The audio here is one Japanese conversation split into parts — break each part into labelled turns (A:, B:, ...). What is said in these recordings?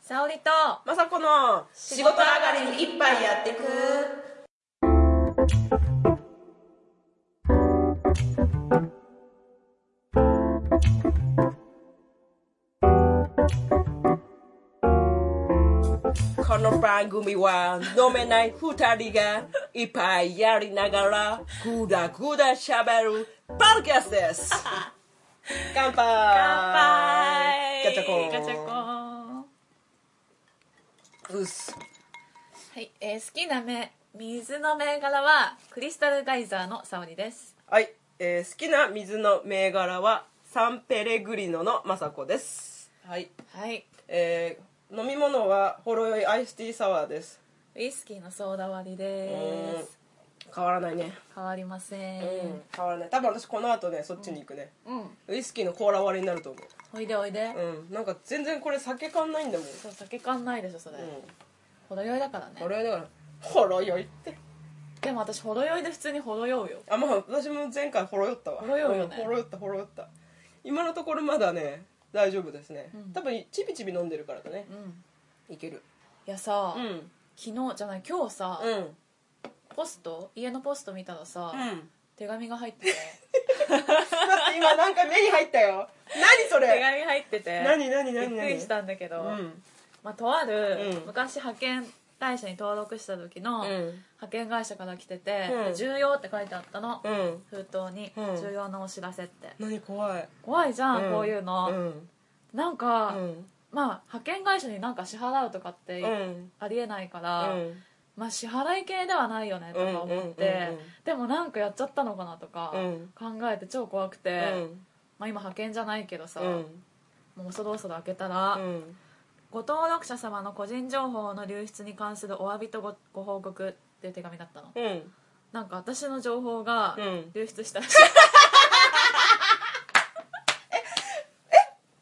A: 沙織と
B: まさこの仕事上がりに一杯やってくこの番組は飲めない二人が一杯やりながらぐだぐだしゃべるパルキャスです 乾
A: 乾
B: 杯
A: 杯
B: ガチャコン
A: ガチャコンは
B: うっす
A: い、えー好きな目水の銘柄はクリスタルガイザーの沙織です
B: はい、えー好きな水の銘柄はサンペレグリノの雅子ですはい、
A: はい
B: えー飲み物はほろ酔いアイスティーサワーです
A: ウイスキーのソーダ割りで
B: うん
A: す
B: 変わらないね
A: 変わりません
B: うん変わらない多分私この後ねそっちに行くね、
A: うん、
B: ウイスキーのコーラ割りになると思
A: おいでおいで、
B: ううんなんか全然これ酒感ないんだもん
A: そう酒感ないでしょそれ、
B: う
A: ほろ酔いだから
B: んほ
A: ね
B: ろ酔いだからほろ酔いって
A: でも私ほろ酔いで普通にほろ酔うよ
B: あまあ私も前回ほろ酔ったわ
A: ほろ酔うよね
B: んほろ酔ったほろ酔った今のところまだね大丈夫ですね、
A: うん
B: 多分ちびちび飲んでるからだね
A: うん
B: いける
A: いやさ、
B: うん
A: 昨日じゃない今日さ、
B: うん
A: ポスト家のポスト見たらさ、
B: うん
A: 手紙が入ってて
B: だって今なんか目に入ったよ何そ
A: 手
B: れ
A: 紙入ってて
B: 何何何
A: びっくりしたんだけ
B: う
A: ど、
B: ん
A: まあ、とある、
B: うん
A: 昔派遣会社に登録した時の、
B: うん
A: 派遣会社から来てて
B: う
A: 「
B: ん
A: 重要」って書いてあったの、
B: うん
A: 封筒に、
B: うん
A: 重要なお知らせ」って
B: 何怖い
A: 怖いじゃん、こういうの、
B: うん
A: なん
B: う
A: か、
B: ん
A: まあ派遣会社になんか支払うとかっ
B: う
A: て、
B: ん
A: ありえないか
B: う
A: ら、
B: ん
A: まあ支払い系ではないよねとか思って、
B: うんうんうんうん
A: でもなんかやっちゃったのかなとか
B: うん
A: 考えて超怖くて、
B: うん
A: まあ、今派遣じゃないけどさ、
B: うん
A: もうそろそろ開けたら、
B: うん
A: ご登録者様の個人情報の流出に関するお詫びとごご報告っていう手紙だったの
B: うん
A: なんか私の情報が
B: うん
A: 流出したらしい、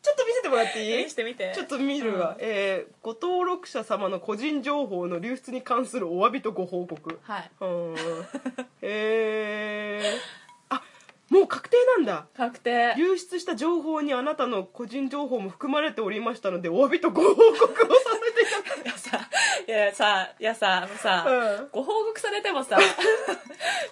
B: ちょっと見せてもらっていい
A: 見してみて
B: ちょっと見るわ、えーご登録者様の個人情報の流出に関するお詫びとご報告
A: はい
B: うんえー、あもう確定なんだ
A: 確 定
B: 流出した情報にあなたの個人情報も含まれておりましたのでお詫びとご報告をさせ
A: いやさいやさいやさあの さ、
B: てうん
A: ご報告されて もさ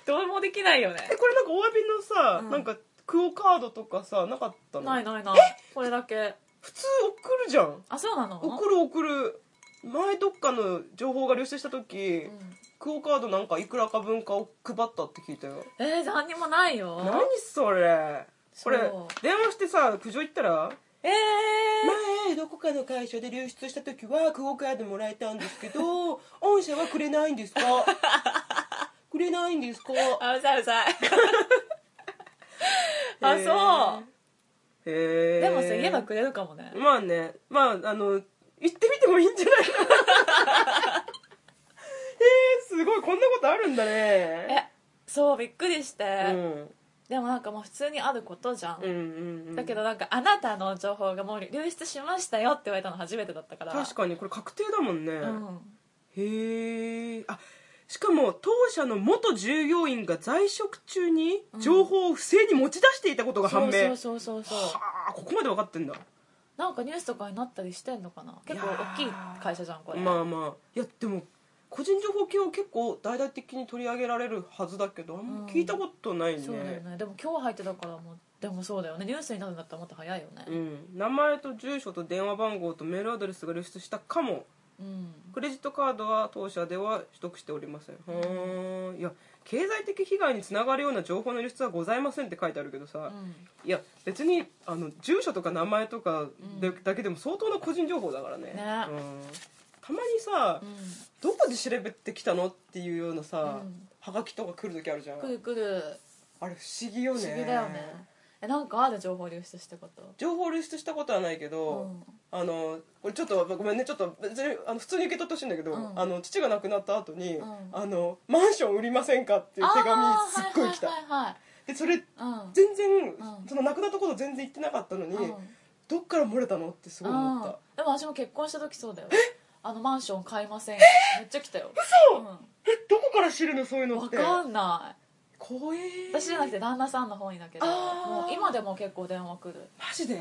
A: どうもできないよね
B: えこれなんかお詫びのさ、
A: うん
B: なんかクオカードとかさなかったの
A: ないないないこれだけ
B: 普通送るじゃん
A: あそうなの
B: 送る送る前どっかの情報が流出した時、
A: うん
B: クオカードなんかいくらか分かを配ったって聞いたよ
A: えー、何にもないよ
B: 何それこれ
A: そう
B: 電話してさ苦情言ったら
A: え
B: 前どこかの会社で流出した時はクオ・カードもらえたんですけど 御社はくれないんですかくれないんですか
A: ー、あうざいう ざいあそう
B: へえ
A: でもさ言えばくれるかもね
B: まあねまああの言ってみてもいい んじゃないかなえー、すごいこんなことあるんだね
A: えそうびっくりして、
B: うん
A: でもなんかもう普通にあることじゃん、
B: うんうんうん
A: だけどなんかあなたの情報がもう流出しましたよって言われたの初めてだったから
B: 確かにこれ確定だもんね、
A: うん
B: へえあしかも当社の元従業員が在職中に情報を不正に持ち出していたことが判
A: そう
B: 明、
A: そうそうそうそう
B: はあここまで分かってんだ
A: なんかニュースとかになったりしてんのかな結構
B: いや
A: 大
B: ー
A: きい会社じゃんこれ、
B: まあまあいやでも個人情報系は結構大々的に取り上げられるはずだけどあんま聞いたことないね,、
A: そうだよねでも今日入ってたからもうでもそうだよねニュースになるんだったらもっと早いよ
B: う
A: ね
B: ん、名前と住所と電話番号とメールアドレスが流出したかも
A: うん、
B: クレジットカードは当社では取得しておりませんはあいや経済的被害につながるような情報の流出はございませんって書いてあるけどさ、
A: うん
B: いや別にあの住所とか名前とかで、だけでも相当な個人情報だからね
A: ね
B: うん、たまにさ、
A: う
B: どこで調べてきたのっていうようなさ、
A: うん
B: はがきとか来る時あるじゃん
A: ん、くるくる
B: あれ不思議よ
A: 不
B: ね
A: 思議だよねえなんかある情報流出したこと
B: 情報流出したことはないけ
A: う
B: ど
A: ん、
B: あのこれちょっとごめんねちょっと別にあの普通に受け取ってほしいんだけど、
A: うん
B: あの父が亡くなった後に、
A: うん
B: あのマンション売りませんか?」っていう手紙
A: あー
B: すっごい来た、
A: はいはい
B: でそ
A: は
B: れ
A: いはい、うん
B: 全然、
A: うん
B: その亡くなったこと全然言ってなかったのに、
A: うん
B: どっから漏れたのってすごい思った、
A: うんでも私も結婚した時そうだよあのマンション買いませんめっちゃ来たよ
B: 嘘えどこから知るのそういう
A: うん、
B: のっ
A: 分
B: て
A: かんない
B: 怖えー
A: 私じゃなくて旦那さんの方にだけど
B: あー
A: もう今でも結構電話来る
B: マジで、
A: うん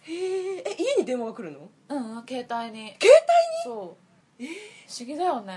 B: へへええ家に電話が来るの
A: うん携帯に
B: 携
A: そう不思議だよね
B: 帯に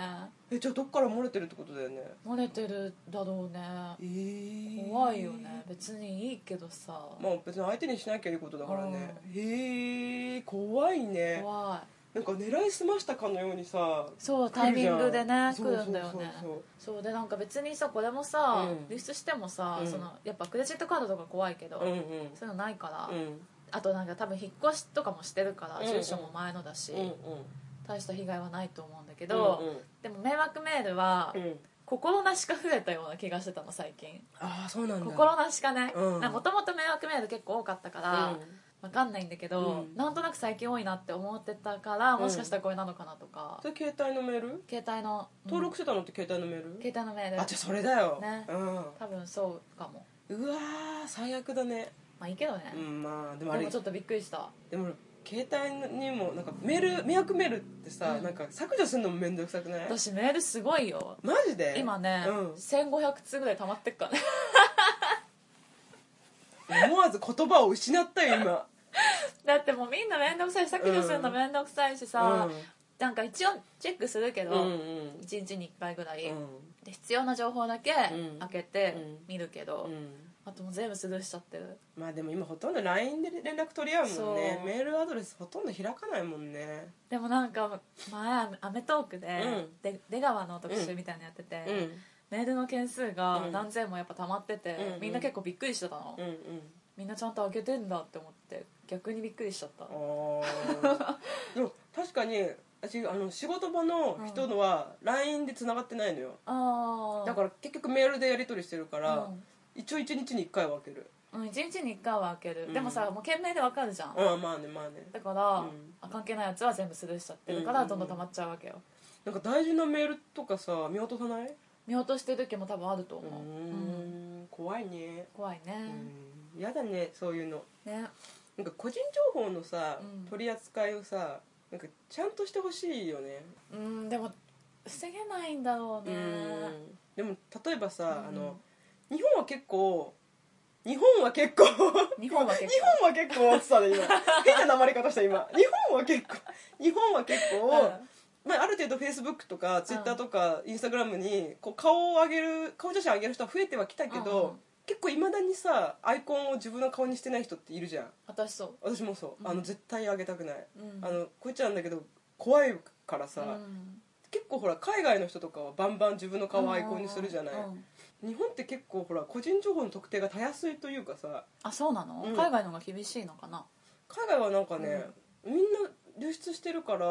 B: えじゃあどっから漏れてるってことだよね
A: 漏れてるだろうね
B: えー
A: 怖いよね別にいいけどさ
B: まあ別に相手にしなきゃいいことだからねへえ怖いね
A: 怖い
B: なんか狙いすましたかのようにさ
A: そうタ
B: 来
A: イ
B: る
A: ミ
B: じゃん
A: ングでね来
B: そう
A: るんだよね
B: そうそう
A: そうでなんか別にさこれもさ、
B: うん
A: 流出してもさ、
B: うん
A: そのやっぱクレジットカードとか怖いけど、
B: そううんうん
A: そういうのないから、
B: うん
A: あとなんか多分引っ越しとかもしてるから、
B: うん
A: 住所も前のだし、
B: うんうん
A: 大した被害はないと思うんだけど、
B: うんうん
A: でも迷惑メールは、
B: うん
A: 心なしか増えたような気がしてたの最近
B: ああそうなんだ
A: 心なしかね
B: うん
A: もともと迷惑メール結構多かったから、わ
B: うん
A: かんないんだけど、
B: うん
A: なんとなく最近多いなって思ってたからもしかしたらこれなのかなとか、
B: それ携帯のメール
A: 携帯の、うん
B: 登録してたのって携帯のメール、
A: 携帯のメール
B: あじゃあそれだよ、
A: ね
B: うん
A: 多分そうかも
B: うわー最悪だね
A: まあいいけどね
B: う、んまあでもあ
A: で
B: れ
A: もちょっとびっくりした
B: でも携帯にもなんかメール迷惑メールってさ、
A: うん
B: なんか削除するのも面倒くさくない
A: 私メールすごいよ
B: マジで
A: 今ね、
B: うん
A: 1500通ぐらい溜まってっからね
B: 思わず言葉を失ったよ 今
A: だってもうみんな面倒くさいし削除するの面倒くさいしさ、なんか一応チェックするけ
B: う
A: ど、
B: んうんうん
A: 1日に1回ぐらい、
B: うん
A: で必要な情報だけ
B: うん
A: 開けて
B: うん
A: 見るけど、
B: うん
A: あともう全部スルーしちゃってる
B: まあでも今ほとんど LINE で連絡取り合うもんね
A: そう
B: メールアドレスほとんど開かないもんね
A: でもなんか前『アメトークで』
B: うん
A: で出川の特集みたいなのやってて、
B: うん
A: メールの件数が
B: うん
A: 何千もやっぱ溜まってて、
B: うんうん
A: みんな結構びっくりしてたの、
B: うんうん
A: みんなちゃんと開けてんだって思って逆にびっくりしちゃった
B: ああ でも確かに私あの仕事場の人のは LINE でつながってないのよ
A: ああ
B: だから結局メールでやり取りしてるから、
A: うん
B: 一応一日に一回は開ける
A: うん、1日に1回は開ける、
B: うん
A: でもさもう件名でわかるじゃん、
B: うんまあねまあね
A: だから、
B: うん
A: あ関係ないやつは全部スルーしちゃってるか
B: うん
A: ら、
B: うん
A: どんどん溜まっちゃうわけよ
B: なんか大事なメールとかさ見落とさない
A: 見落としてる時も多分あると
B: う
A: 思う、うん
B: ん怖いね
A: 怖い
B: う
A: ね、
B: んやだねそういうの
A: ね
B: なんか個人情報のさ、
A: うん
B: 取り扱いをさなんかちゃんとしてほしいよね
A: うんでも防げないんだろうね
B: でも例えばさ、
A: うん
B: あの日本は結構日本は結構
A: 日本は結構
B: 日本は結構ってさね今変な名まり方した今日本は結構日本は結構、まあ、ある程度フェイスブックとかツイッターとかインスタグラムにこう顔を上げる顔写真上げる人は増えてはきたけど、
A: うん
B: 結構いまだにさアイコンを自分の顔にしてない人っているじゃん
A: 私そ
B: 私もそう、あの絶対上げたくない、
A: う、うん、
B: あのこいつなんだけど怖いからさ、
A: うん
B: 結構ほら海外の人とかはバンバン自分の顔をアイコンにするじゃない、
A: うん
B: 日本って結構ほら個人情報の特定がたやすいというかさ
A: あそうなの、
B: うん
A: 海外の方が厳しいのか な
B: 海外はなんかね、みんな流出してるから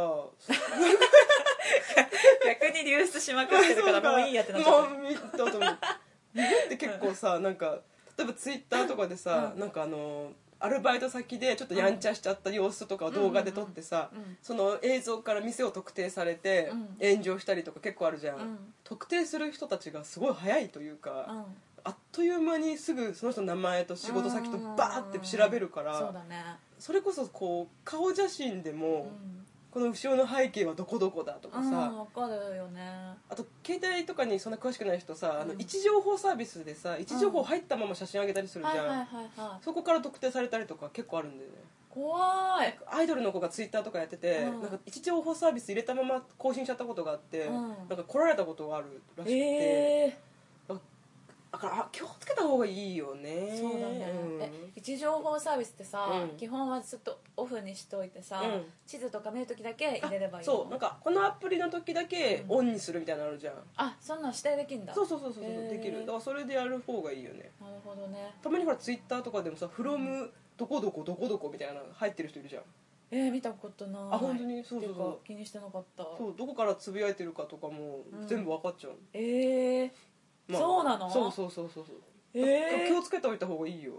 A: 逆に流出しま
B: もういいだと思う日本って結構さなんか例えばツイッターとかでさ、
A: う
B: なんかあのアルバイト先でちょっとやんちゃしちゃった様子とかを動画で撮ってさ、
A: うんうんうんうん
B: その映像から店を特定されて
A: うん
B: 炎上したりとか結構あるじゃん、
A: うん
B: 特定する人たちがすごい早いというか、
A: うん
B: あっという間にすぐその人の名前と仕事先とバーって調べるか
A: そう
B: ら
A: だね
B: それこそこう顔写真で
A: う
B: も、
A: ん
B: この後ろの背景はどこどこだとか
A: うん
B: さ、
A: わかるよね
B: あと携帯とかにそんな詳しくない人さ、あの
A: うん
B: 位置情報サービスでさ位置情報入ったまま写真上げたりする
A: は
B: じ
A: い
B: ゃ
A: は
B: ん、
A: いはいはい
B: そこから特定されたりとか結構あるんだよね
A: 怖い
B: アイドルの子がツイッターとかやってて、
A: うん
B: なんか位置情報サービス入れたまま更新しちゃったことがあって、
A: うん
B: なんか来られたことがあるらしくて、
A: え
B: だからあ気をつけた方がいいよ
A: え
B: ね
A: そうだね、
B: うん
A: え位置情報サービスってさ、
B: うん
A: 基本はずっとオフにしておいてさ、
B: うん
A: 地図とか見るときだけ入れればいいの
B: そうなんかこのアプリの時だけオンにするみたいなのあるじゃん、
A: あそんなん指定できんだ
B: そうそうそうそう、
A: へー
B: できるだからそれでやる方がいいよね
A: なるほどね
B: たまにほらツイッターとかでもさ「from どこどこどこどこ」みたいなの入ってる人いるじゃん
A: えー、見たことない
B: あ本当にそう
A: って
B: そうそう
A: いか気にしてなかった
B: そうどこからつぶやいてるかとかも
A: うん
B: 全部分かっちゃう、
A: ええ
B: まあ
A: そうなの
B: そうそうそうそうそう
A: え
B: 気をつけておいた方がいいよ、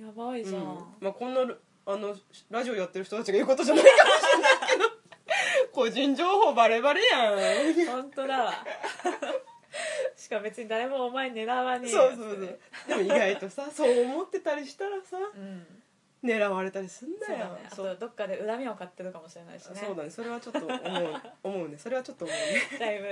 A: ー、やばいじゃん、
B: うんまあ、こんなあのラジオやってる人たちが言うことじゃないかもしれ ないけど個人情報バレバレやん
A: 本当だわしかも別に誰もお前狙わねえ
B: そうそうそうでも意外と さそう思ってたりしたらさ
A: うん
B: 狙われたりすん
A: そ
B: だ
A: うだ
B: よ
A: ねあとどっかで恨みを買ってるかもしれないしね
B: そうだねそれはちょっと 思う思うねそれはちょっと思うね
A: だいぶ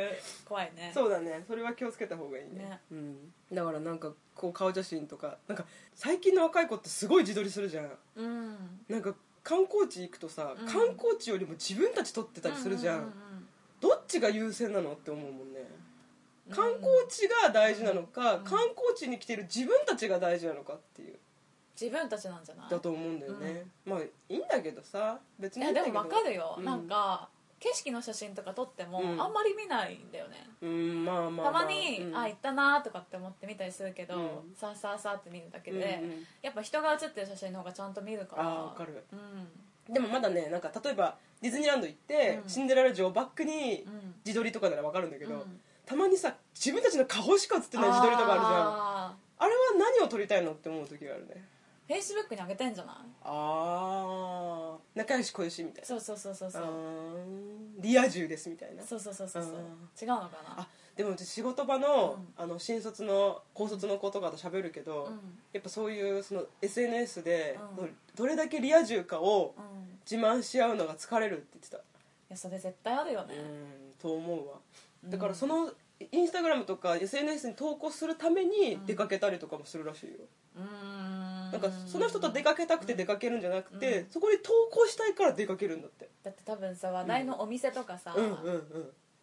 A: 怖いね
B: そうだねそれは気をつけた方がいいね
A: ね
B: うん、だからなんかこう顔写真とかなんか最近の若い子ってすごい自撮りするじゃん
A: うん
B: なんか観光地行くとさ、
A: うん
B: 観光地よりも自分たち撮ってたりするじゃん,、
A: うう
B: どっちが優先なのって思うもんね
A: うん
B: 観光地が大事なのか、
A: うん
B: 観光地に来てる自分たちが大事なのかっていう
A: 自分たちなんじゃない
B: だと思うんだよね、まあいいんだけどさ別
A: い
B: にいい
A: や
B: んだ
A: で
B: けど
A: もわかるよ、
B: うん
A: なんか景色の写真とか撮っても、
B: うん
A: あんまり見ないんだよね
B: うんまあまあま
A: た
B: あ、
A: まに、
B: うん
A: あ行ったなーとかって思って見たりするけど、
B: うん
A: さあさあさあって見るだけで、
B: うんうん
A: やっぱ人が写ってる写真の方がちゃんと見るから
B: あーわかる
A: うん
B: でもまだねなんか例えばディズニーランド行って、
A: うん
B: シンデレラ城をバックに
A: うん
B: 自撮りとかならわかるんだけど、
A: うん
B: たまにさ自分たちの顔しか写ってない自撮りとかあるじゃんあ
A: あ
B: れは何を撮りたいのって思う時があるね
A: フェイスブックに上げてんじゃない
B: ああ仲良し恋しみたいな
A: そうそうそうそうそう
B: あーリア充ですみたいな
A: そうそうそうそうそう
B: あ
A: 違うのかな
B: あでもうち仕事場の,、
A: うん
B: あの新卒の高卒の子とかと喋るけど、
A: うん
B: やっぱそういうその SNS で
A: うん
B: どどれだけリア充かを
A: うんい
B: 自慢し合うのが疲れるって言ってた
A: やそれ絶対あるよ
B: う
A: ね、
B: んと思うわ
A: うん
B: だからそのインスタグラムとか SNS に投稿するために
A: うん
B: 出かけたりとかもするらしいよ、
A: うーん
B: なんかその人と出かけたくて出かけるんじゃなくて、
A: うん
B: そこに投稿したいから出かけるんだって
A: だって多分さ話題のお店とかさ、
B: うんうんうん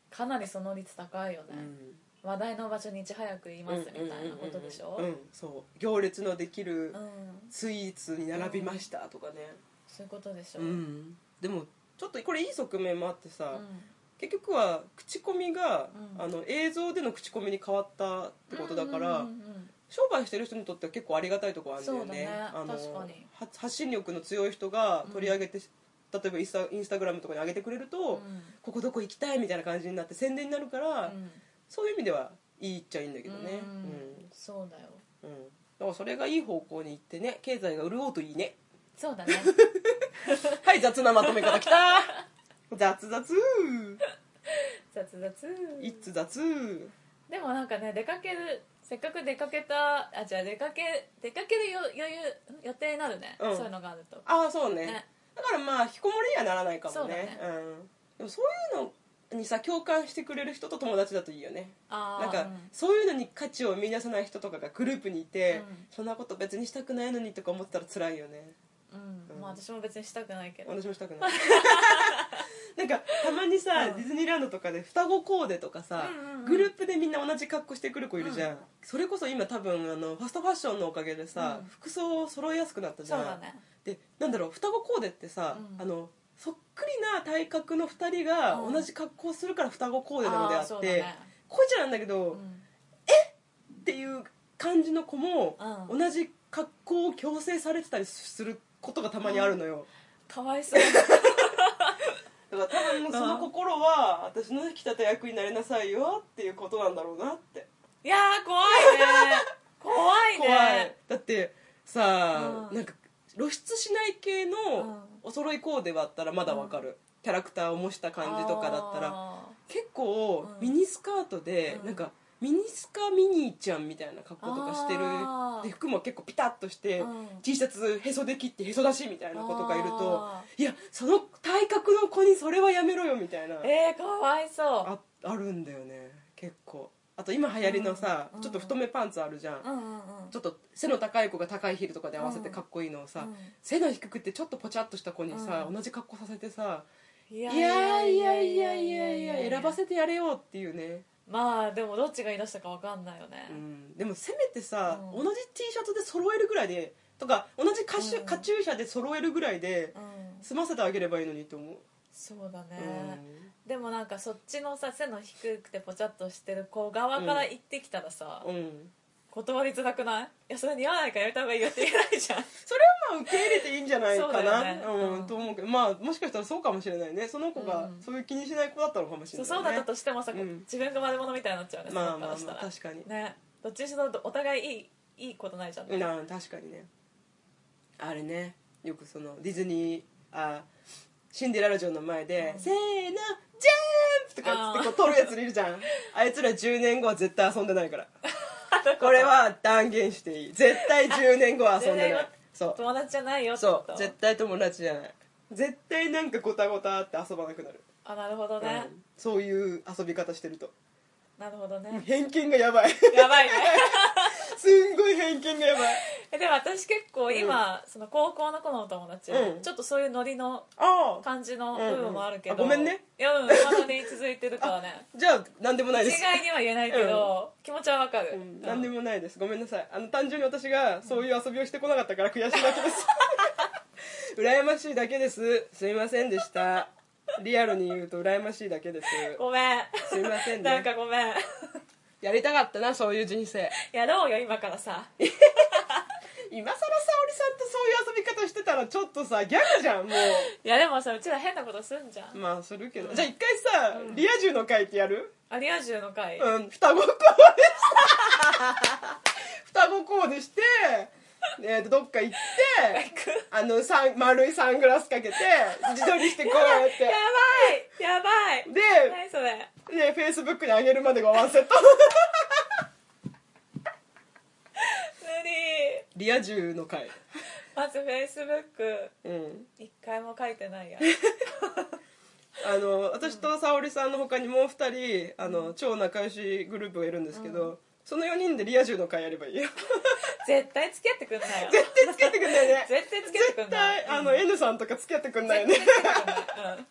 A: かなりその率高いよね、話題の場所にいち早くいますみたいなことでしょ
B: うんうんうんうんうんそう行列のできる
A: うん
B: スイーツに並びましたとかね
A: そういうことでしょ
B: うん、でもちょっとこれいい側面もあって
A: う
B: さ、
A: ん
B: 結局は口コミが、
A: うん
B: あの映像での口コミに変わったってことだから、
A: うんうんうん
B: 商売してる人にとっては結構ありがたいとこあるんだよ
A: そ
B: ね
A: うだね
B: あの
A: 確かに
B: は発信力の強い人が取り上げて、例えばインスタインスタグラムとかに上げてくれると、
A: うん
B: ここどこ行きたいみたいな感じになって宣伝になるから、
A: うん
B: そういう意味ではいいっちゃいいんだけどね
A: うんそうだよ
B: うん、うんだからそれがいい方向に行ってね経済が潤うといいね
A: そうだね
B: はい雑なまとめ方 きた雑雑
A: 雑々
B: いつ雑
A: でもなんかね出かけるせっかく出かけたあじゃあ出かけ出かけるよ余裕ん予定になるね、
B: うん
A: そういうのがあると
B: ああそうね
A: ね
B: だからまあ引きこもりにはならないか
A: そ
B: も
A: う
B: ね
A: だね
B: うん、でもそういうのにさ共感してくれる人と友達だといいよね
A: あー
B: なんか、
A: うん
B: そういうのに価値を見出さない人とかがグループにいて、
A: うん
B: そんなこと別にしたくないのにとか思ってたら辛いよね
A: うん
B: うん
A: まあ私も別にしたくないけど
B: 私もしたく ないなんかたまにさ、
A: うん
B: ディズニーランドとかで双子コーデとかさ、
A: うんうんうん
B: グループでみんな同じ格好してくる子いるじゃん、
A: うん
B: それこそ今多分あのファストファッションのおかげでさ、
A: うん
B: 服装を揃いやすくなったじ
A: そ
B: ゃ
A: うんだね
B: でなんだろう双子コーデってさ、
A: うん
B: あのそっくりな体格の2人が
A: うん
B: 同じ格好をするから双子コーデなのであ
A: ー
B: っ
A: そうだ
B: て、
A: ね
B: こいつらなんだけど、
A: う
B: っ
A: ん
B: ていう感じの子も、
A: うん
B: 同じ格好を強制されてたりすることがたまにあるのよ、
A: かわいそう
B: だから多分もうその心は私の引き立て役になりなさいよっていうことなんだろうなって
A: いやー怖いね 怖いね
B: 怖いだってさ、
A: うん
B: なんか露出しない系の
A: ん
B: お揃いコーデだったらまだわかる、キャラクターを模した感じとかだったら結構
A: うん
B: ミニスカートで、
A: うん
B: なんかミニスカミニーちゃんみたいな格好とかしてる
A: あー
B: で服も結構ピタッとして、
A: うん
B: T シャツへそで切ってへそ出しみたいな子とかいると
A: あ
B: いやその体格の子にそれはやめろよみたいな
A: ーえー、かわいそ
B: ああるんだよね結構あと今流行りのさ、
A: うん
B: ちょっと太めパンツあるじゃん、
A: ううんうんうん
B: ちょっと背の高い子が高いヒールとかで合わせてかっこいいのをさ、
A: うん
B: 背の低くてちょっとポチャっとした子にさ、
A: うん
B: 同じ格好させてさ
A: い
B: いやいやいやいやいや選ばせてやれよっていうね、
A: まあでもどっちが言い出したかわかんないよね、
B: うん、でもせめてさ、
A: うん
B: 同じ T シャツで揃えるぐらいでとか同じカシュ、
A: うん
B: カチューシャで揃えるぐらいで
A: うん
B: 済ませてあげればいいのにと思う、
A: そうだね、
B: うん
A: でもなんかそっちのさ背の低くてぽちゃっとしてる子側から言ってきたらさ、
B: うん、
A: 断りづらくないいやそれ似合わないからやめた方がいいよって言えない じゃん
B: それはまあ受け入れていいんじゃないか
A: そう
B: な
A: だよね
B: うん
A: うん
B: と思うけどまあもしかしたらそうかもしれないねその子が
A: うん
B: そういう気にしない子だったのかもしれ
A: そ
B: な
A: う
B: い、ね、
A: そうだったとしてもさ、こう
B: うん
A: 自分が悪者みたいになっちゃうね
B: まあ
A: そ
B: ま
A: う
B: あ、
A: だ
B: ま
A: った
B: あ、
A: ら
B: 確かに、
A: ねどっちにしろお互いいいいいことないじゃんね
B: な確かにねあれねよくそのディズニーあシンデレラ城の前で「
A: うん
B: せーのジャンプ!」とかっつ
A: あ
B: って
A: ー
B: こう撮るやついるじゃ んあいつら10年後は絶対遊んでないからこれは断言していい絶対10年後は遊 ん
A: 10
B: でな
A: 年
B: いそう
A: 友達じゃないよってこ
B: そ
A: と
B: う絶対友達じゃない絶対なんかゴタゴタって遊ばなくなる、
A: あなるほどね
B: う、んそういう遊び方してると
A: なるほどね
B: 偏見がやばい
A: やばいね
B: すんごい偏見がやばい
A: えでも私結構今、その高校の子のお友達、
B: うん
A: ちょっとそういうノリの
B: ああ
A: 感じの部分もあるけど、
B: うんうんあごめんね
A: いやうんまだに続いてるからね
B: じゃあ何で もない
A: 一
B: です
A: 概には言えないけど、気持ちはわかる、
B: うん、何でもないですごめんなさいあの単純に私がそういう遊びをしてこなかったから悔しいだけです 羨ましいだけですすいませんでしたリアルに言うと羨ましいだけです
A: ごめん
B: すいません
A: なん
B: ね
A: かごめん
B: やりたかったなそういう人生
A: やろうよ今からさ
B: 今更沙織さんとそういう遊び方してたらちょっとさギャグじゃんも
A: いやでもさうちら変なことすんじゃん
B: うまあするけどじゃあ一回さ、リア充の会ってやる
A: アリア充の会、
B: うん双子コーデした双子コーデしてえーとどっか行って
A: 行く
B: あのさん丸いサングラスかけて自撮りしてこうやっ
A: や
B: て
A: ばいやばい
B: で
A: 何それ
B: でフェイスブックに上げるまでがワンセット
A: 無理
B: リア充の会
A: まずフェイスブック
B: うん
A: 一回も書いてないや
B: あの私と沙織さんの他にもう2人あの超仲良しグループがいるんですけど、その4人でリア充の会やればいいよ
A: 絶対付き合ってくんないよ
B: 絶対付き合ってくんないね
A: 絶対付き合ってくんない
B: 絶対あの N さんとか付き合ってくんないよね
A: 絶対付き合ってくんない、うん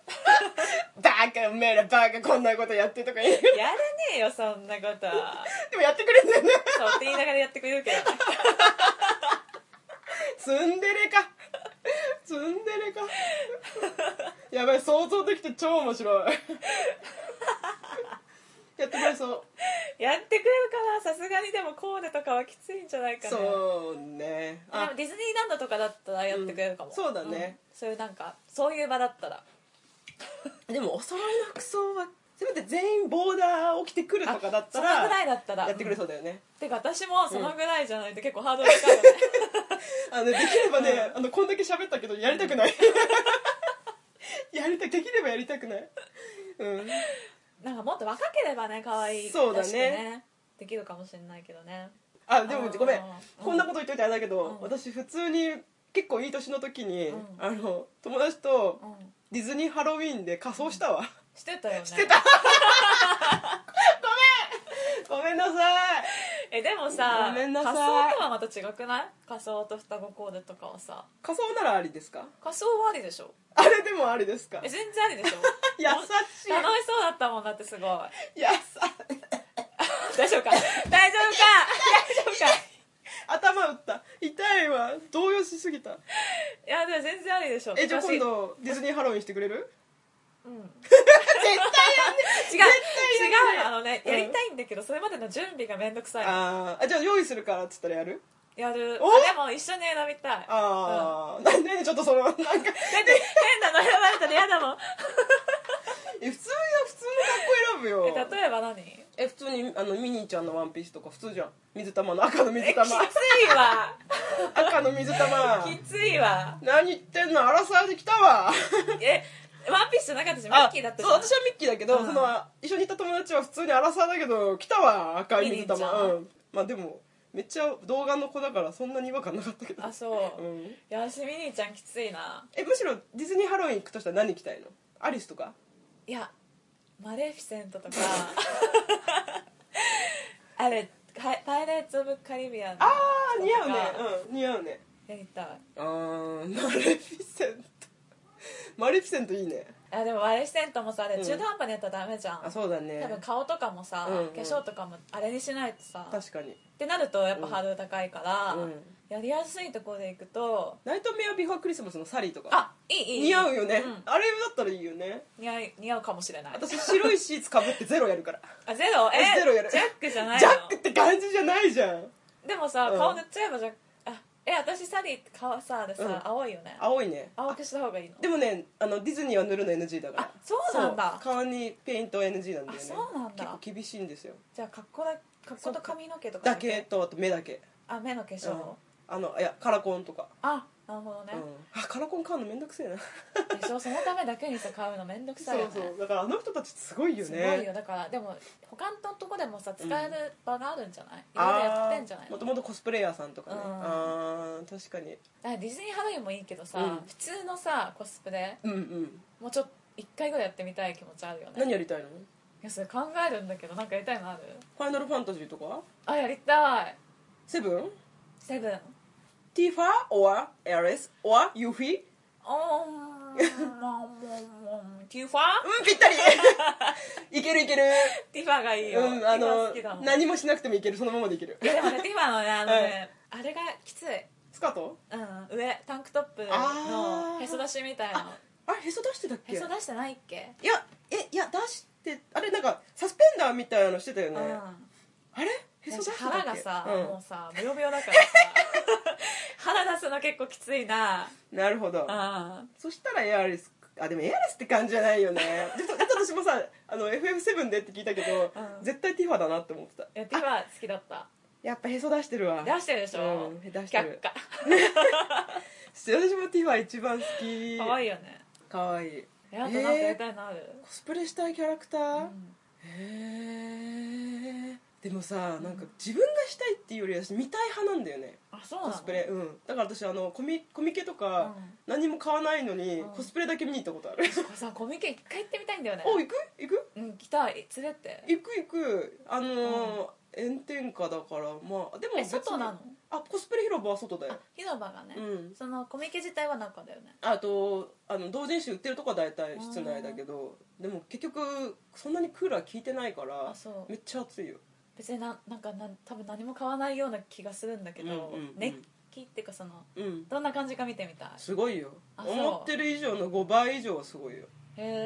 B: バカおめえらバカこんなことやってとか言う
A: やらねえよそんなこと
B: でもやってくれんだよね
A: そうって言いながらやってくれるけどね
B: ツンデレかツンデレかやばい想像できて超面白いやってくれそう
A: やってくれるかなさすがにでもコーデとかはきついんじゃないかな
B: そうね
A: でも
B: あ
A: ディズニーランドとかだったらやってくれるかも、
B: うんそうだね
A: んそういうなんかそういう場だったら
B: でもお揃いの服装はせめて全員ボーダーを着てくるとかだった
A: あそのぐら
B: ら
A: いだったら
B: やってくれ
A: う
B: そうだよね、
A: んてか私もそのぐらいじゃないと結構ハードル高いよね
B: あのできればね、あのこんだけ喋ったけどやりたくない やりたできればやりたくないうん
A: なんかもっと若ければね可愛い
B: そうだね
A: らしくねできるかもしれないけどね
B: あでも
A: うん
B: ごめ
A: う
B: ん
A: ん
B: こんなこと言っといてあれだけ
A: うん
B: ど私普通に結構いい年の時に
A: うん
B: あの友達と
A: うん
B: ディズニーハロウィーンで仮装 したわ
A: してたよねして
B: たごめんなさい
A: えでもさ
B: ごめんなさい
A: 仮装とはまた違くない仮装と双子コーデとかはさ
B: 仮装ならありですか
A: 仮装はありでしょ
B: あれでもありですか
A: え
B: 優し
A: 全然ありでし ょ
B: い
A: 楽しそうだったもんだってす ごい
B: 優しい
A: 大丈夫か大丈夫か大丈夫か
B: 頭打った痛いわ動揺しすぎた
A: いやでも全然ありでしょ
B: えじゃあ
A: 私
B: 今度ディズニーハロウィーンしてくれる
A: うん、違う
B: 絶対やんねやり
A: 違
B: たいう
A: あのね
B: うん
A: やりたいんだけどそれまでの準備がめんどくさいの
B: あーあじゃあ用意するからっつったらやる
A: やる
B: お
A: あでも一緒に選びたいだって
B: ああ、なんで ちょっとそのなんか
A: 変なの選ばれたら嫌だもん
B: え普通の普通の格好選ぶよ
A: え例えば何え
B: え普通にあのミニーちゃんのワンピースとか普通じゃん水玉の赤の水
A: きつ
B: 玉
A: いわ
B: 赤の水玉
A: きついわ
B: 何言ってんの荒沢で来たわ
A: えワンピースじゃなかったしミッキーだったじ
B: そ
A: ゃ
B: うん私はミッキーだけど、
A: うん
B: その一緒にいた友達は普通に荒沢だけど来たわ赤い水
A: ミニーちゃ
B: 玉
A: ん
B: うんまあでもめっちゃ動画の子だからそんなに違和感なかったけど
A: あそう、
B: う
A: い
B: ん
A: や私ミニーちゃんきついな
B: えむしろディズニーハロウィン行くとしたら何着たいのアリスとか
A: いやマレフィセント とかあれパイパイレーツ・オブ・カリビアン
B: ああ似合うねうん似合うね
A: やりたい
B: あーマレフィセント マレフィセントいいね
A: あでもマレフィセントもさあれ
B: うん
A: 中途半端にやったらダメじゃん、
B: あそうだね
A: 多分顔とかもさ、
B: うんうん
A: 化粧とかもあれにしないとさっ
B: 確かに
A: てなるとやっぱハードル高いから、
B: うん
A: やりやすいところでいくと
B: ナイトメアビフォークリスマスのサリーとか
A: あいいいい
B: 似合うよね、
A: うん
B: あれだったらいいよね
A: 似合い似合うかもしれない
B: 私白いシーツかぶってゼロやるから
A: あゼロえ
B: ゼロやる
A: ジャックじゃないの
B: ジャックって感じじゃないじゃん
A: でもさ、
B: うん
A: 顔塗っちゃえばじゃあえ私サリーって顔さあれさ、
B: うん
A: 青いよね
B: 青いね
A: 青くした方がいいの
B: でもねあのディズニーは塗るの NG だから
A: あそうなんだ
B: そう顔にペイント NG なんだよね
A: あそうなんだ
B: 結構厳しいんですよ
A: じゃあ格好だ格好と髪の毛とか
B: だけとあと目だけ、
A: あ目の化
B: う
A: 粧、
B: ん、あのいやカラコンとか、
A: あなるほどね
B: うん、、あカラコン買うのめんどくせえな
A: でしょそのためだけにさ買うのめんどく
B: そ
A: さいよ
B: う
A: ね
B: そうだからあの人たちすごいよ
A: す
B: ね
A: ごいよだからでも他のとこでもさ使える場があるんじゃない、いろいろや
B: あ
A: ってんじゃない
B: ーもともとコスプレイヤーさんとかね
A: うん
B: あー確かに
A: だからディズニーハロウィンもいいけどさ、
B: うん
A: 普通のさコスプレ
B: うんうん
A: もうちょっと一回ぐらいやってみたい気持ちあるよね
B: 何やりたいの
A: いやそれ考えるんだけどなんかやりたいのある
B: ファイナルファンタジーとか
A: あやりたい
B: セブン
A: セブン
B: Tifa or Alice or Yuffie?
A: おーんまあもうもうティファ
B: うん、ぴ ったりいけるいける。
A: ティファがいいよ、
B: うん、
A: テ
B: あ
A: ィファ好
B: の
A: きだも、ん
B: 何もしなくてもいける。そのままでいける
A: い。やでもねティファのねあのね、あれがきつい
B: スカート
A: うん上タンクトップ
B: あ
A: の
B: ー
A: へそ出しみたいな
B: ああれ、へそ出してたっ
A: へ
B: け
A: そ出してないっけ、
B: いや、え、いや、出して、あれ、なんか、サスペンダーみたいなのしてたよ
A: うん
B: ね。あれへそ出
A: 私
B: してたっけ
A: 腹がさ、
B: うん
A: もうさブヨブヨだからさ 腹出すの結構きついな
B: なるほど。
A: うん
B: そしたらエアリスあでもエアリスって感じじゃないよねちょっとちょっと私もさあの FF7 でって聞いたけど、
A: うん
B: 絶対ティファだなって思ってた
A: いやティファ好きだった
B: やっぱへそ出してるわ
A: 出してるでしょ、
B: うん出してる
A: 却下
B: 私もティファ一番好き
A: 可愛い
B: い
A: よね
B: かわいい
A: えあとなんかやりたいのある、
B: コスプレしたいキャラクタ
A: う
B: ー、
A: ん
B: へえでもさなんか自分がしたいっていうより私見たい派なんだよね
A: あそうな
B: コ
A: の
B: スプレうんだから私あのコミコミケとか
A: うん
B: 何も買わないのに、
A: うん
B: コスプレだけ見に行ったことある
A: これさコミケ一回行ってみたいんだよね
B: お行く行く
A: うん行きたい連れて
B: 行く行くあのー炎天下だからまあでも
A: え
B: 別に
A: 外なの
B: あコスプレ広場は外だよ
A: あ広場がね、
B: うん
A: そのコミケ自体は中だよね
B: あとあの同人誌売ってるとこは大体室内だけどでも結局そんなにクーラー効いてないから
A: あそう
B: めっちゃ暑いよ
A: 別にななんかなん多分何も買わないような気がするんだけど、
B: うんうんうん
A: 熱気っていうかその
B: うん
A: どんな感じか見てみたい
B: すごいよ
A: あそう
B: 思ってる以上の5倍以上はすごいよ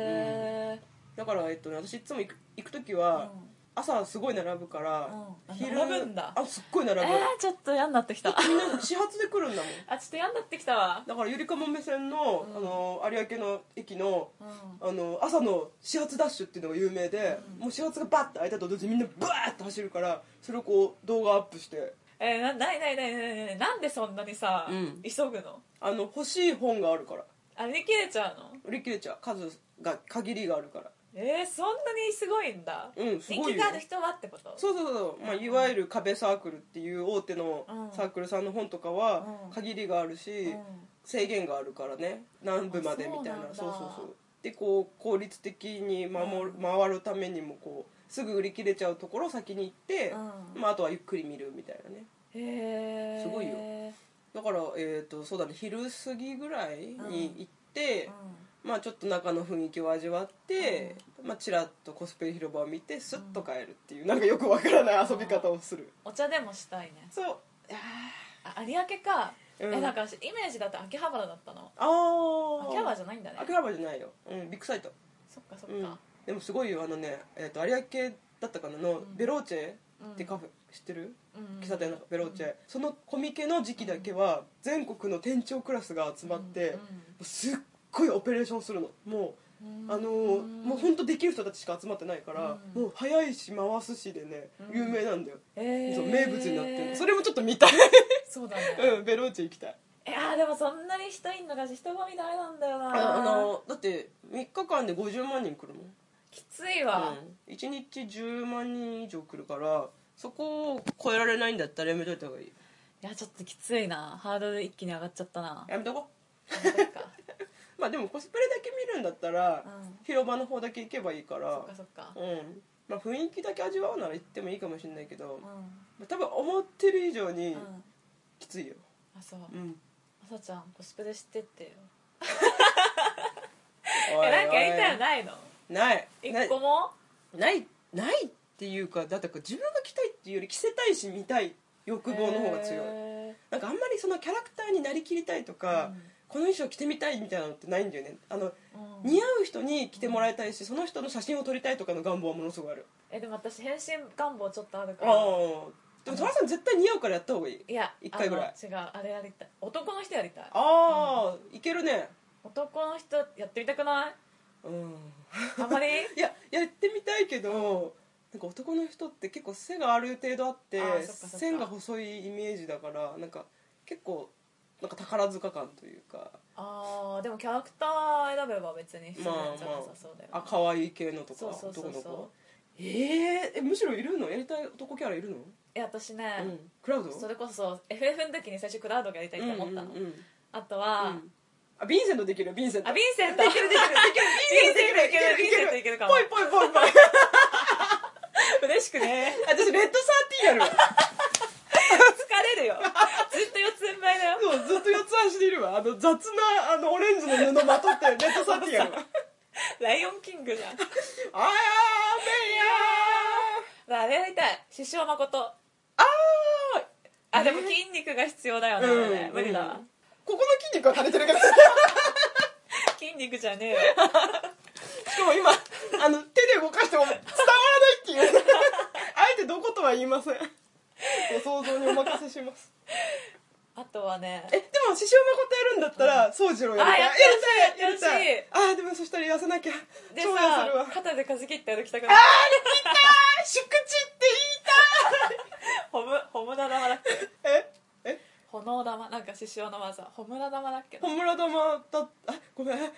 A: へえ、
B: だから、えっとね、私いつも行く行く時
A: うん
B: は朝すごい並ぶから
A: うんあ並ぶんだ
B: あすっごい並ぶ
A: えー、ちょっと嫌になってきた
B: みんな始発で来るんだもん
A: あちょっと嫌になってきたわ、
B: だからゆりかもめ線の,、
A: うん
B: あの有明の駅の
A: うん、
B: あの朝の始発ダッシュっていうのが有名で、
A: うん
B: もう始発がバッて開いたと同時にみんなバーッて走るからそれをこう動画アップして
A: えー、なないないないないないなんでそんなにさ、
B: うん
A: 急ぐの
B: あの欲しい本があるから
A: あれに切れちゃうの
B: 売り切れちゃう数が限りがあるから
A: えー、そんなにすごいんだ、
B: うんすごい
A: 人気
B: よ
A: がある人はってこと
B: そうそうそう、まあ、いわゆる壁サークルっていう大手の
A: うん
B: サークルさんの本とかは
A: うん
B: 限りがあるし、
A: ん
B: 制限があるからね何部までみたいな
A: あ
B: そ
A: そうう
B: そ
A: な
B: うん
A: だ
B: そうでこう効率的に守る、
A: う
B: 回るためにもこうすぐ売り切れちゃうところを先に行って、
A: うん
B: まあ、あとはゆっくり見るみたいなね
A: へえ
B: すごいよだから、えー、とそうだね昼過ぎぐらいに行って、まあ、ちょっと中の雰囲気を味わって、まあ、ちらっとコスプレ広場を見てスッと帰るっていう、なんかよくわからない遊び方をする、
A: お茶でもしたいね
B: そう
A: あ有明か、
B: うん
A: えなんかイメージだと秋葉原だったの
B: あー
A: 秋葉原じゃないんだね
B: 秋葉原じゃないよ、うん、ビッグサイト、
A: そっかそっ
B: うん
A: か、、
B: でもすごいよあのね、えー、と有明だったかなの、
A: ん
B: ベローチェ
A: うん
B: ってカフェ知ってる
A: うん
B: 喫茶店のベローチェ、そのコミケの時期だけは全国の店長クラスが集まって、
A: うん
B: もうすっごいオペレーションするのも
A: うん
B: うあの
A: う
B: ー
A: ん
B: もう本当できる人たちしか集まってないから、
A: うん
B: もう早いし回すしでね
A: うん
B: 有名なんだよ、
A: えー
B: そう名物になってるそれもちょっと見たい
A: そうだね、
B: うんベローチェ行きたい
A: いやーでもそんなに人いんのかし人混みダメなんだよな
B: ああのーだって3日間で50万人来るもん
A: きついわ、
B: うん、1日10万人以上来るからそこを超えられないんだったらやめといた方がいい
A: いやちょっときついなハードル一気に上がっちゃったな
B: やめとこ
A: やめとくか
B: まあでもコスプレだけ見るんだったら、
A: うん
B: 広場の方だけ行けばいいか
A: そ
B: ら
A: っかそっか
B: うんまあ雰囲気だけ味わうなら行ってもいいかもしれないけど
A: う、ん
B: 多分思ってる以上
A: う
B: に
A: ん
B: きついよ、
A: あそう
B: うん、
A: あさちゃんコスプレしてってよ
B: おいお
A: えなんかやりたいのないの
B: ないな
A: 一
B: い
A: 個も
B: ないないっていうかだってこう自分が着たいっていうより着せたいし見たい欲望の方が強い、
A: へ
B: なんかあんまりそのキャラクターになりきりたいと
A: ー
B: か、この衣装着てみたいみたいなのってないんだよねあの、
A: うん
B: 似合う人に着てもらいたいしその人の写真を撮りたいとかの願望はものすごくある
A: えでも私変身願望ちょっとある
B: あ
A: か
B: あ
A: ら
B: でもトラさん絶対似合うからやった方がいい
A: いや
B: 一回ぐらい
A: あの違うあれやりたい男の人やりたい
B: ああ、いけるね
A: 男の人やってみたくない
B: うん
A: あんまり
B: いややってみたいけど、なんか男の人って結構背がある程度あって
A: あーそっかそっか
B: 線が細いイメージだからなんか結構なんか宝塚感というか
A: あーでもキャラクター選べば別に必要なんじゃなさそうだよね、
B: あ可愛い系のとか
A: そうそうそうそう
B: 男の子えーえむしろいるのやりたい男キャラいるの、
A: え私ね、
B: うん、クラウド
A: それこそ FF の時に最初クラウドがやりたいって思ったの、
B: うんうんうん
A: あとは、
B: うんあヴィンセントできるヴィンセント
A: あヴィンセント
B: できるできるできる
A: ヴィンセントいける
B: ヴィンセント
A: ヴィンセントいけるかも
B: ぽいぽいぽいぽい
A: 嬉しくね
B: 私レッドサーティーやるわ
A: 疲れるよずっと四つん這いだよ
B: そあーべ
A: あれやりたい師匠誠
B: や
A: あでも筋肉が必要だよね、
B: うん
A: あれね無理だわ、
B: うんここの筋肉は垂れてるからし
A: 筋肉じゃねえよ
B: かも今あの手で動かしても伝わらない っていうあえてどことは言いませんご想像にお任せします
A: あとはね
B: えでも獅子王誠やるんだったら宗次郎やりた
A: あ
B: い
A: やってほしい
B: やりたい
A: やって
B: あーでもそしたら痩せなきゃ
A: で
B: 超痩せ
A: さ
B: るわ
A: 肩で風切って歩きたくない
B: あ宿地って
A: ホムホムラ玉だっけ
B: 言いたいええ
A: 炎玉なんか獅子王の技ホムラ玉だっけ
B: ホムラ玉だあごめんえ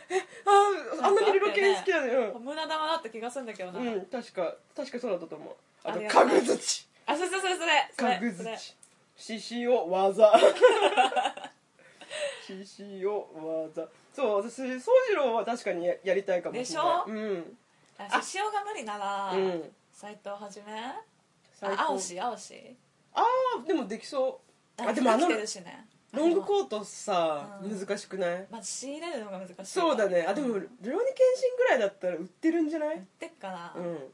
B: あーあんなにリロケン好きなのよ
A: ホ、ムラ玉だった気がするんだけどな、
B: うん確か確かそうだったと思うあ
A: あ
B: と
A: りがとう
B: 家具槌
A: あそれそれそれそれそれ
B: 家具
A: それ
B: 槌獅子を技獅子を技そう私宗次郎は確かにややりたいかもしれない
A: でしょ
B: うん
A: あ獅子王が無理なら
B: うん
A: 斎、藤はじめ
B: 最高
A: あ青し青し
B: あーでもできそうあ
A: あ
B: で
A: で
B: も
A: も
B: あ
A: あ
B: の
A: のてるしね
B: ロングコートさ
A: うん
B: 難しくない
A: まあ仕入れるのが難しい
B: そうだねあでも
A: 売
B: ルロニケンシンぐらいだったら売ってるんじゃない
A: ってっかな、
B: うん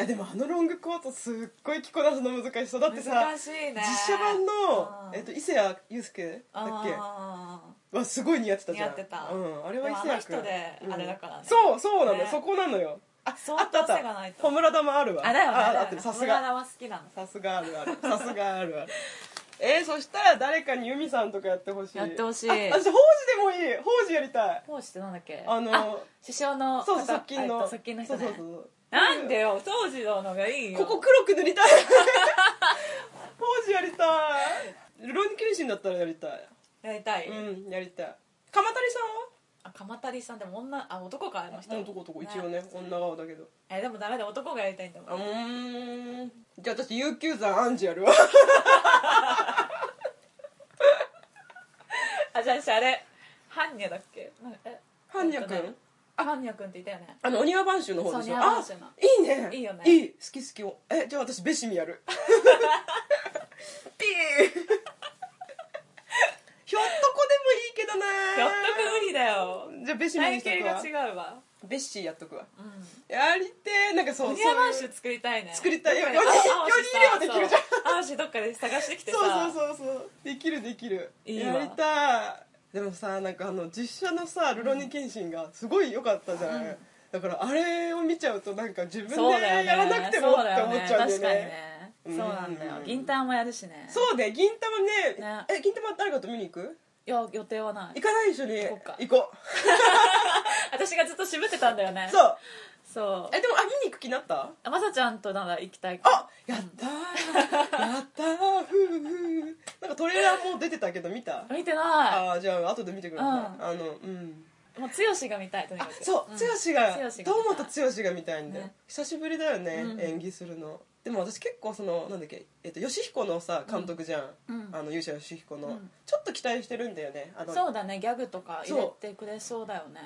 B: あでもあのロングコートすっごい着こなすの難しそうだってさ
A: 難しいね
B: 実写版の
A: う、ん
B: えっと、伊勢谷友介だっけ
A: あー
B: はすごい似合ってたじゃん
A: 似合ってた
B: うん、あれは
A: で
B: 伊
A: もあ
B: 勢
A: の
B: 谷
A: 人で
B: 君
A: あれだからね
B: そうそうなの、
A: ね
B: そこなのよあ
A: 相
B: あったあっ
A: 当汗がない
B: た
A: と
B: 小村玉あるわ
A: あだよね
B: あ
A: だ
B: あ
A: よ
B: って
A: ね
B: るさす
A: ホムラ
B: が
A: 玉好きなの
B: さすがあるあるさすがあるあるえー、そしたら誰かに由美さんとかやってほしい
A: やってほしい
B: あ私法事でもいい法事やりたい
A: 講師ってなんだっけ
B: あの
A: 師匠の
B: そうそ
A: 方
B: う側近
A: えっ
B: の
A: と側近の人ね
B: そうそうそう
A: なんでよ当時ののがいいよ
B: ここ黒く塗りたい ポージやりたいルロニケンシンだったらやりたい
A: やりたい、
B: うんやりたい鎌谷さ
A: あ鎌足さんでも女あ男かあの
B: ん
A: 人
B: は男男一応ね女顔だけど
A: えでもダメだ男がやりたいんだもん
B: あうーんじゃあ私悠久山アンジや るわ
A: あじゃあ私あれ般若だっけなんかえ
B: 般若
A: えっと
B: 君
A: ね般若君っていたよね
B: あのお庭番衆の方でし
A: そう
B: ょ
A: お庭
B: あ
A: 番衆の
B: いいね
A: いいよね
B: いい好き好きをえじゃあ私ベシミ やるピーひょっとこでもいいけどね
A: ひょっとく無理だよ
B: じゃあベシミに
A: 体
B: しとくわ
A: 型が違うわ
B: ベッシーやっとくわ
A: うん
B: やりてーなんかそう
A: お
B: そうい
A: 庭
B: う
A: 番衆作りたいね
B: 作りたい
A: どっか
B: よ
A: で
B: 四人
A: あ
B: 四人いればできるじゃん
A: そう青しどっかで探してきてさ
B: そうそうそうそうできるできる
A: いいわ
B: やりたいでもさなんかあの実写のさ「ルロニケンシン」がすごい良かったじゃない、
A: うん
B: だからあれを見ちゃうとなんか自分
A: そう
B: で
A: だよね
B: やらなくてもって思っちゃうんだよ
A: そうだよ
B: ね
A: ね
B: う
A: 確かにね
B: ん
A: そうなんだよ銀杏もやるしね
B: そうで銀玉ね
A: ね
B: え銀玉誰かと見に行く
A: いや予定はない
B: 行かない一緒に
A: 行こうか
B: 行こ
A: 私がずっと渋ってたんだよね
B: うそう
A: そう
B: えでもあ見に行く気になった
A: あまさちゃんとなら行きたい
B: あやったーやったーふうふうなんかトレーラーも出てたけど見た
A: 見てな
B: ああじゃあ後で見てください、あのうん
A: いもう剛が見たいとにか
B: あ
A: く
B: そう、
A: ん
B: 剛が
A: 剛が見たい
B: 堂本剛が見たいんで、
A: ね
B: 久しぶりだよね、
A: うん
B: 演技するのでも私結構そのなんだっけ、えっと、吉彦のさ監督じゃん、
A: うん
B: あの勇者吉彦の、
A: うん
B: ちょっと期待してるんだよねあの
A: そうだねギャグとか入れてくれそうだよね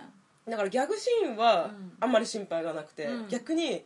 B: だからギャグシーンは
A: うん
B: あんまり心配がなくて、
A: うん
B: 逆に、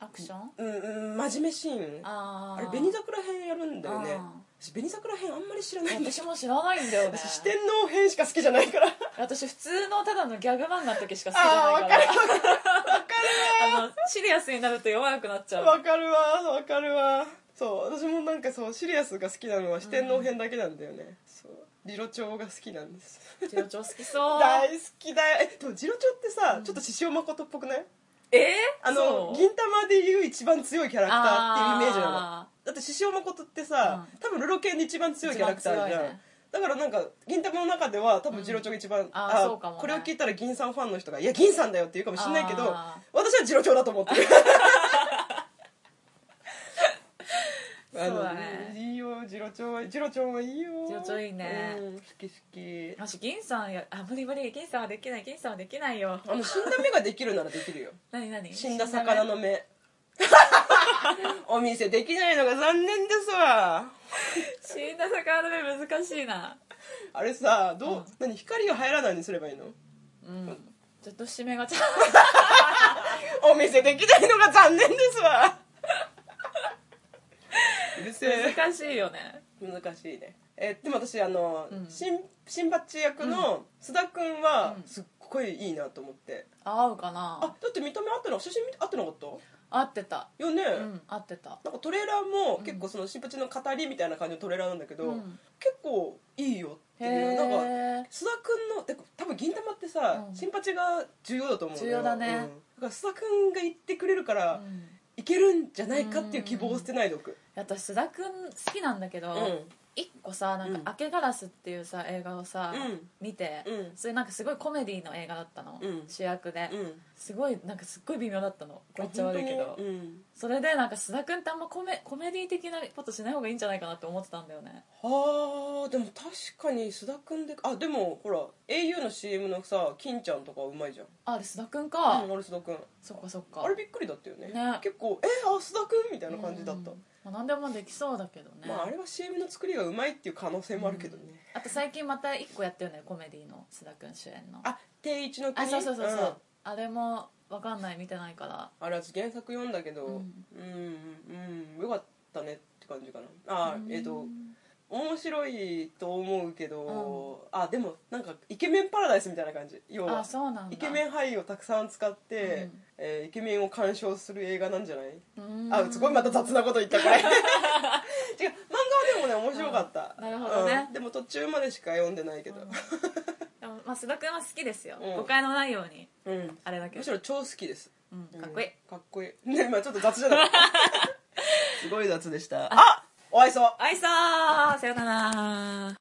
A: アクション
B: うんうん、真面目シーンあ
A: ああ
B: れ紅桜編やるんだよね
A: あ
B: 私紅桜編あんまり知らないんだ
A: 私も知らないんだよね
B: 私四天王編しか好きじゃないから
A: 私普通のただのギャグ漫画の時しか好きじ
B: ああ
A: ゃな
B: 分
A: い
B: か
A: か
B: る
A: らあのシリアスになると弱くなっちゃう
B: わかるわわかるわそう私もなんかそうシリアスが好きなのは四天王編だけなんだよね、そうリロ調が好きなんです
A: ジロチョ好きそう
B: 大好きだよえでもジロ調ってさ、
A: うん
B: ちょっと獅子王誠っぽくない
A: えー、
B: あ
A: そ
B: の
A: う
B: 銀魂でいう一番強いキャラクターっていうイメージなの
A: あ
B: だって獅子王誠ってさ、
A: うん
B: 多分ルロケンで一番強いキャラクターじゃん、
A: 一番強いね
B: だからなんか銀魂の中では多分ジロ調が一番、
A: あーそうかもね
B: これを聞いたら銀さんファンの人が「いや銀さんだよ」って言うかもしれないけど
A: あ
B: 私はジロ調だと思ってる あの
A: そうだね
B: いいよジロ調はジロ調はいいよ
A: ジロ調いいね
B: うん、好き好き
A: もし銀さんやあ無理無理銀さんはできない銀さんはできないよ
B: あの死んだ目ができるならできるよ
A: 何何
B: 死んだ魚の目 お店できないのが残念ですわ
A: 死んだ魚の目難しいな
B: あれさどう、
A: うん
B: 何光が入らないようにすればいいの
A: うんちょっと締めがちゃ
B: お店できないのが残念です わうるせえ
A: 難しいよね
B: 難しいねえでも私あの、
A: うん
B: 新新八役の須田君は
A: うん
B: すっごいいいなと思って
A: 合うかな
B: あだって見た目合ってな写真見て合ってなかった
A: 合ってた
B: よね、
A: うん合ってた
B: なんかトレーラーも結構その新八の語りみたいな感じのトレーラーなんだけど、
A: うん
B: 結構いいよって
A: へ
B: いうなんか
A: え
B: 須田君のてか多分銀玉ってさ、
A: うん
B: 新八が重要だと思うのよ
A: 重要だね
B: うんだから須田君が言ってくれるから、いけるんじゃないかっていう希望を捨てないでおく
A: 私須田君好きなんだけ
B: う
A: ど、
B: んうん
A: 一個さ「なん
B: う
A: か
B: ん
A: 明けガラス」っていうさ映画をさ、
B: うん
A: 見て、
B: うん
A: それなんかすごいコメディの映画だったの、
B: うん
A: 主役で、すごいなんかすっごい微妙だったのめっちゃ悪いけ
B: あ本
A: ど、
B: 当にうん
A: それでなんか須田君ってあんまコメコメディ的なことしない方がいいんじゃないかなって思ってたんだよね
B: はあでも確かに須田君であでもほら au の CM のさ金ちゃんとかうまいじゃん
A: ああれ須田君か、
B: うんあれ須田君
A: そっかそっか
B: あれびっくりだったよね
A: ね
B: 結構「えあ須田君」みたいな感じだった、
A: うんまあ、何でもできそうだけどね、
B: まああれは CM の作りがうまいっていう可能性もあるけどね、
A: あと最近また一個やってるねコメディの須田君主演の
B: あ定一の
A: あ
B: 国
A: そうそうそうそう、
B: ん
A: あれもわかんない見てないから
B: あれは原作読んだけど
A: う
B: うんんうん、よかったねって感じかなあえっ、と面白いと思うけど、あでもなんかイケメンパラダイスみたいな感じ要
A: あ
B: は
A: そうなんだ
B: イケメン俳優をたくさん使って、
A: うん
B: えーイケメンを鑑賞する映画なんじゃない、
A: うん
B: あすごいまた雑なこと言ったこ れ違う漫画はでもね面白かった、
A: うんなるほどね
B: うんでも途中までしか読んでないけど
A: でもまあ須田君は好きですよ、
B: うん
A: 誤解のないように
B: うん、
A: あれだけど
B: むし、ろ超好きです
A: うん、かっこいい、
B: うんかっこいいねまあちょっと雑じゃない すごい雑でしたあお会いそう
A: 愛さーさよなら